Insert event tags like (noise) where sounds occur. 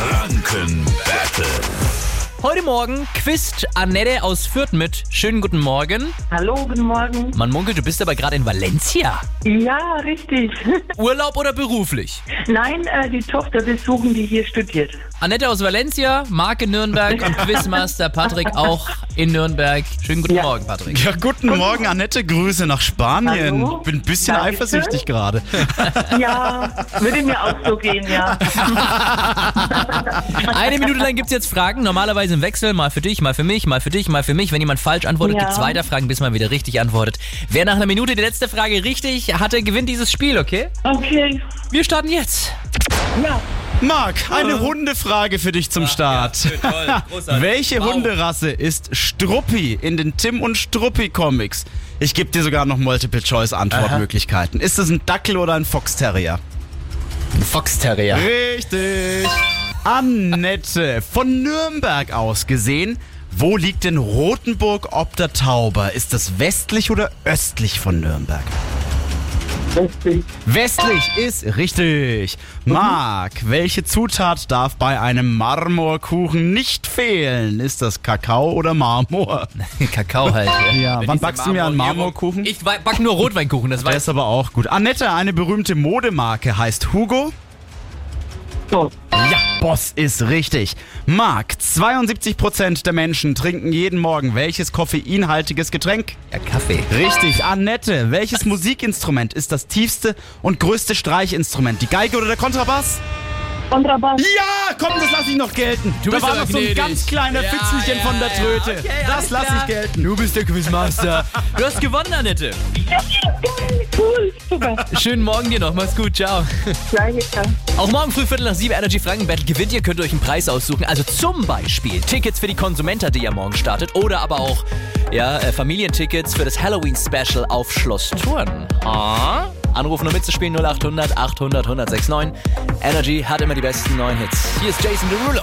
Franken Battle. Heute Morgen quizt Annette aus Fürth mit. Schönen guten Morgen. Hallo, guten Morgen. Man munkelt, du bist aber gerade in Valencia. Ja, richtig. (laughs) Urlaub oder beruflich? Nein, äh, die Tochter besuchen, die hier studiert. Annette aus Valencia, Marc in Nürnberg und Quizmaster Patrick auch in Nürnberg. Schönen guten Ja. Morgen, Patrick. Ja, guten Morgen, Annette. Grüße nach Spanien. Hallo. Bin ein bisschen Dankeschön. eifersüchtig gerade. Ja, würde mir auch so gehen, ja. Eine Minute lang gibt es jetzt Fragen, normalerweise im Wechsel, mal für dich, mal für mich, mal für dich, mal für mich. Wenn jemand falsch antwortet, Ja. gibt es weiter Fragen, bis man wieder richtig antwortet. Wer nach einer Minute die letzte Frage richtig hatte, gewinnt dieses Spiel, okay? Okay, Wir starten jetzt. ja. Marc, eine Hundefrage für dich zum Start. (laughs) Welche Hunderasse ist Struppi in den Tim und Struppi Comics? Ich gebe dir sogar noch Multiple-Choice-Antwortmöglichkeiten. Ist es ein Dackel oder ein Fox-Terrier? Ein Fox Terrier. Richtig. Annette, von Nürnberg aus gesehen, wo liegt denn Rothenburg ob der Tauber? Ist das westlich oder östlich von Nürnberg? Richtig. Westlich ist richtig. Marc, welche Zutat darf bei einem Marmorkuchen nicht fehlen? Ist das Kakao oder Marmor? (laughs) Kakao halt. Ja, wann backst du mir einen Marmorkuchen? Ich wa- back nur Rotweinkuchen, das Der weiß ist aber auch gut. Annette, eine berühmte Modemarke heißt Hugo. So. Ja, Boss ist richtig. Marc, 72% der Menschen trinken jeden Morgen welches koffeinhaltiges Getränk? Ja, Kaffee. Richtig. Annette, welches Musikinstrument ist das tiefste und größte Streichinstrument? Die Geige oder der Kontrabass? Kontrabass. Ja, komm, das lasse ich noch gelten. Du da bist war aber noch so ein gnädig. ganz kleiner Ja, Fitzelchen ja, von der ja. Tröte. Okay, alles das lasse klar. ich gelten. Du bist der Quizmaster. Du hast gewonnen, Annette. Cool, super. Schönen Morgen dir noch. Mach's gut. Ciao. Gleiche Tag. Auch morgen früh Viertel nach sieben Energy Franken Battle gewinnt ihr. Könnt ihr euch einen Preis aussuchen. Also zum Beispiel Tickets für die Konsumenta, die ja morgen startet. Oder aber auch ja, äh, Familientickets für das Halloween-Special auf Schloss Thurn. Ah? Anrufen, um mitzuspielen 0800 800 1069. Energy hat immer die besten neuen Hits. Hier ist Jason Derulo.